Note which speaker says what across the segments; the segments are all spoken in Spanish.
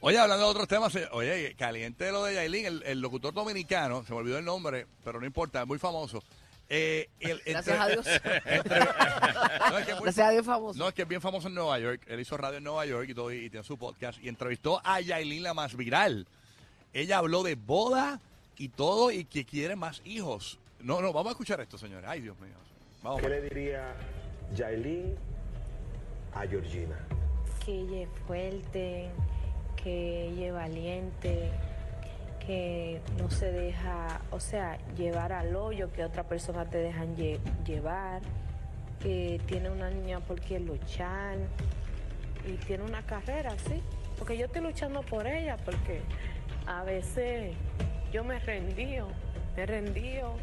Speaker 1: Oye, hablando de otros temas, eh, oye, caliente lo de Yailin, el, el locutor dominicano, se me olvidó el nombre, pero no importa, es muy famoso. Eh, el-
Speaker 2: Gracias a Dios.
Speaker 1: no, es que es muy-
Speaker 2: Gracias a Dios famoso.
Speaker 1: no, es que es bien famoso en Nueva York. Él hizo radio en Nueva York y todo, y tiene su podcast. Y entrevistó a Yailin, la más viral. Ella habló de boda y todo, y que quiere más hijos. No, no, vamos a escuchar esto, señores. Ay, Dios mío. Vamos.
Speaker 3: ¿Qué le diría Yailin a Georgina?
Speaker 4: que ella es fuerte, que ella es valiente, que no se deja, o sea, llevar al hoyo que otra persona te dejan lle- llevar, que tiene una niña por quien luchar y tiene una carrera, sí. Porque yo estoy luchando por ella, porque a veces yo me rendío, me rendío.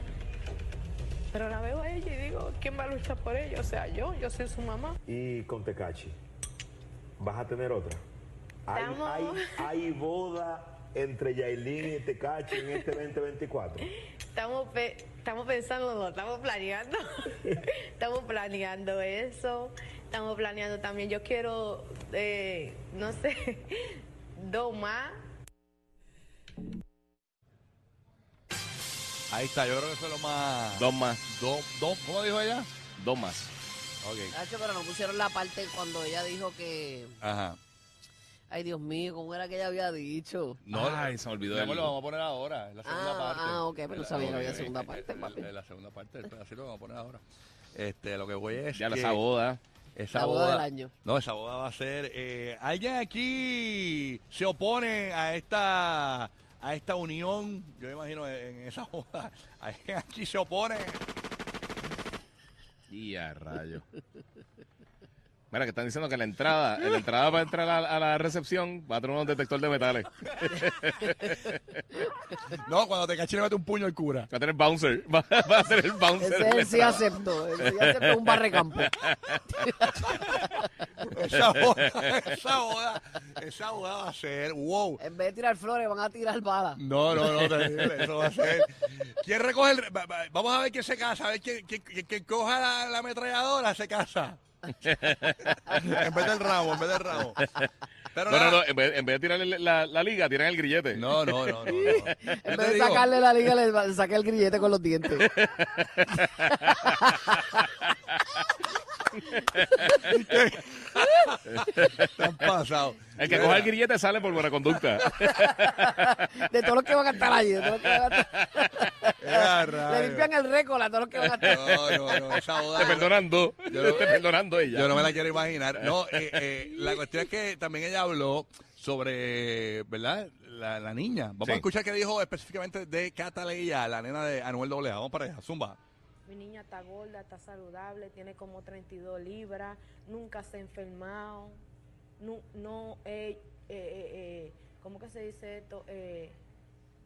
Speaker 4: Pero la veo a ella y digo, ¿quién va a luchar por ella? O sea, yo, yo soy su mamá.
Speaker 3: Y con Tecachi, ¿vas a tener otra? ¿Hay,
Speaker 4: Estamos-
Speaker 3: hay- hay boda entre Yailin y Tecachi en este 2024?
Speaker 4: Estamos, pe- estamos pensando, no, estamos planeando. estamos planeando eso. Estamos planeando también. Yo quiero, eh, no sé, dos más.
Speaker 1: Ahí está, yo creo que eso es lo más.
Speaker 5: Dos más,
Speaker 1: Dos, dos, ¿Cómo dijo ella?
Speaker 5: dos más.
Speaker 1: Ok.
Speaker 2: Nacho, pero no pusieron la parte cuando ella dijo que,
Speaker 1: Ajá.
Speaker 2: ay Dios mío, ¿cómo era que ella había dicho?
Speaker 1: No,
Speaker 5: Ay, se me olvidó
Speaker 1: mi amor,
Speaker 5: el-
Speaker 1: lo vamos a poner ahora, en la segunda
Speaker 2: Ah,
Speaker 1: parte.
Speaker 2: ah, ok, pero
Speaker 1: En la-
Speaker 2: sabía que había
Speaker 1: ok,
Speaker 2: segunda
Speaker 1: en-
Speaker 2: parte,
Speaker 1: en-
Speaker 2: papi.
Speaker 1: en la segunda parte, del pedacito lo vamos a poner ahora. Este, lo que voy es
Speaker 5: Ya la
Speaker 1: que
Speaker 5: esa boda.
Speaker 1: esa
Speaker 2: La boda del año.
Speaker 1: No, esa boda va a ser... eh, ¿Alguien aquí se opone a esta a esta unión? Yo me imagino en en esa boda. ¿Alguien aquí se opone?
Speaker 5: Y a rayo. Mira, que están diciendo que la entrada, en la entrada para entrar a, a la recepción va a tener un detector de metales.
Speaker 1: No, cuando te caché le mete un puño al cura.
Speaker 5: Va a tener bouncer. Va, va a ser el bouncer.
Speaker 2: Ese
Speaker 5: en la
Speaker 2: él sí
Speaker 5: entrada.
Speaker 2: aceptó, él sí aceptó un barrecampo.
Speaker 1: Esa boda, esa boda, esa boda va a ser... ¡Wow!
Speaker 2: En vez de tirar flores, van a tirar balas.
Speaker 1: No, no, no, terrible, eso va a ser. ¿Quién recoge el.? va- va- Vamos a ver quién se casa, a ver quién, quién- quién- quién coja la, la ametralladora se casa. en vez del ramo, en vez del ramo. Pero
Speaker 5: No, no, no.
Speaker 1: nada.
Speaker 5: En vez, en vez de tirar el- la, la liga, tiran el grillete.
Speaker 1: no, no, no, no, no. Yo te
Speaker 2: En vez de
Speaker 1: digo,
Speaker 2: sacarle la liga, le va- le saca el grillete con los dientes.
Speaker 1: te han pasado.
Speaker 5: El que coja el grillete sale por buena conducta.
Speaker 2: De todos los que van a estar allí. de todos los que van a estar-
Speaker 1: Ya,
Speaker 2: Le
Speaker 1: rayos.
Speaker 2: limpian el récord a todos los que van a estar.
Speaker 1: No, no, no, esa boda.
Speaker 5: Te
Speaker 1: yo no-
Speaker 5: perdonan dos.
Speaker 1: Yo no-
Speaker 5: Te perdonan dos y ya.
Speaker 1: Yo no me la quiero imaginar. No, eh, eh, la cuestión es que también ella habló sobre, ¿verdad? La, la niña. Vamos a
Speaker 5: Sí.
Speaker 1: escuchar qué dijo específicamente de Cataleya, la nena de Anuel AA. Vamos para allá, Zumba.
Speaker 4: Mi niña está gorda, está saludable, tiene como 32 libras, nunca se ha enfermado, no, no eh, eh, eh, eh, ¿cómo que se dice esto? Eh,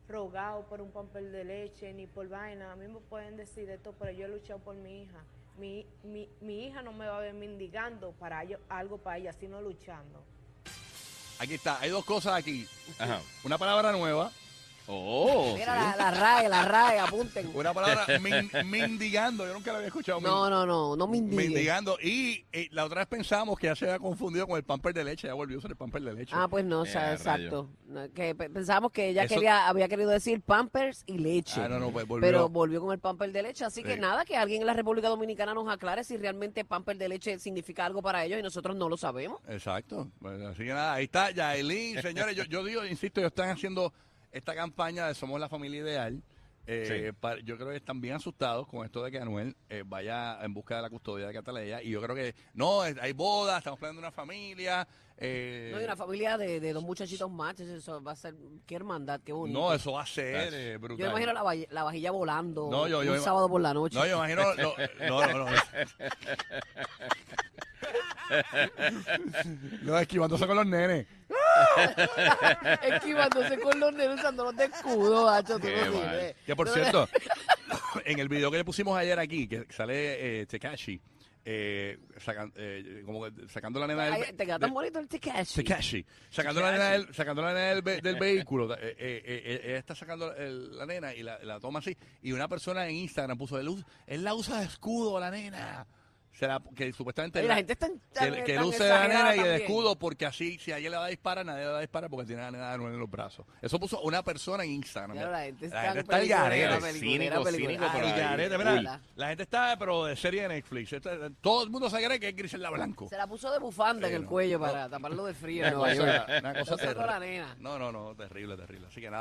Speaker 4: rogado por un papel de leche ni por vaina. A mí me pueden decir esto, pero yo he luchado por mi hija. Mi, mi, mi hija no me va a ver mendigando para ello- algo para ella, sino luchando.
Speaker 1: Aquí está, hay dos cosas aquí.
Speaker 5: Ajá.
Speaker 1: Una palabra nueva,
Speaker 5: Oh.
Speaker 2: Mira, la, la RAE, la RAE, apunten.
Speaker 1: una palabra min- mendigando, yo nunca la había escuchado. min-
Speaker 2: No, no, no, no me indiguen.
Speaker 1: Mendigando. Y eh, la otra vez pensamos que ya se había confundido con el pamper de leche, ya volvió a usar el pamper de leche.
Speaker 2: Ah, pues no, o sea,
Speaker 5: Eh,
Speaker 2: exacto. No, que pe- pensábamos que ella
Speaker 1: Eso-
Speaker 2: quería, había querido decir pampers y leche.
Speaker 1: Ah, no, no, pues volvió.
Speaker 2: Pero volvió con el pamper de leche. Así que
Speaker 1: Sí.
Speaker 2: nada, que alguien en la República Dominicana nos aclare si realmente pamper de leche significa algo para ellos y nosotros no lo sabemos.
Speaker 1: Exacto. Bueno, así que nada, ahí está Yailin, señores. yo, yo digo, insisto, ellos están haciendo esta campaña de Somos la Familia Ideal. Eh, pa- yo creo que están bien asustados con esto de que Anuel eh, vaya en busca de la custodia de Cataleya. Y yo creo que, no, es- hay bodas, estamos planeando una familia. eh,
Speaker 2: No, y una familia de, de dos muchachitos machos, eso va a ser, qué hermandad, qué bonito.
Speaker 1: no, eso va a ser eh, brutal.
Speaker 2: yo me imagino la, valle- la vajilla volando
Speaker 1: No, yo- yo
Speaker 2: un
Speaker 1: ima-
Speaker 2: sábado por la noche.
Speaker 1: No, yo imagino. lo- no, no, no. no, esquivándose con los nenes.
Speaker 2: Esquivándose con los nenes usándolos de escudo, macho, tú
Speaker 5: Qué
Speaker 2: no
Speaker 5: mal.
Speaker 2: sirves.
Speaker 1: Que por
Speaker 2: Tú no-
Speaker 1: cierto, en el video que le pusimos ayer aquí, que sale eh, Tekashi, eh, sacan- eh, como que sacando la nena del...
Speaker 2: Ay, te queda tan bonito el Tekashi.
Speaker 1: Tekashi, sacando la nena del, sacando la nena del, ve- del vehículo, eh, eh, eh, ella está sacando el- la nena y la, la toma así, y una persona en Instagram puso de luz, él la usa de escudo la nena. se la- que supuestamente
Speaker 2: Oye, la gente está
Speaker 1: que,
Speaker 2: tan-
Speaker 1: que
Speaker 2: tan
Speaker 1: luce la
Speaker 2: exagerada
Speaker 1: nena y el
Speaker 2: también.
Speaker 1: escudo porque así si alguien le va a disparar nadie le va a disparar porque tiene la nena de nuevo en los brazos eso puso una persona en Instagram
Speaker 2: Claro, la gente está
Speaker 1: gente está al garete
Speaker 5: peliculera,
Speaker 1: al
Speaker 5: cínico, cínico por ahí.
Speaker 1: garete, mira,
Speaker 5: Full.
Speaker 1: la, la gente está pero de serie de Netflix Esta- todo el mundo se cree que es Griselda Blanco
Speaker 2: Se la puso de bufanda
Speaker 1: Sí,
Speaker 2: en el
Speaker 1: no,
Speaker 2: cuello
Speaker 1: no.
Speaker 2: para taparlo de frío
Speaker 1: Una
Speaker 2: en Nueva York.
Speaker 1: cosa- una cosa
Speaker 2: Está sacando
Speaker 1: terrible.
Speaker 2: la nena.
Speaker 1: no no no terrible terrible así que nada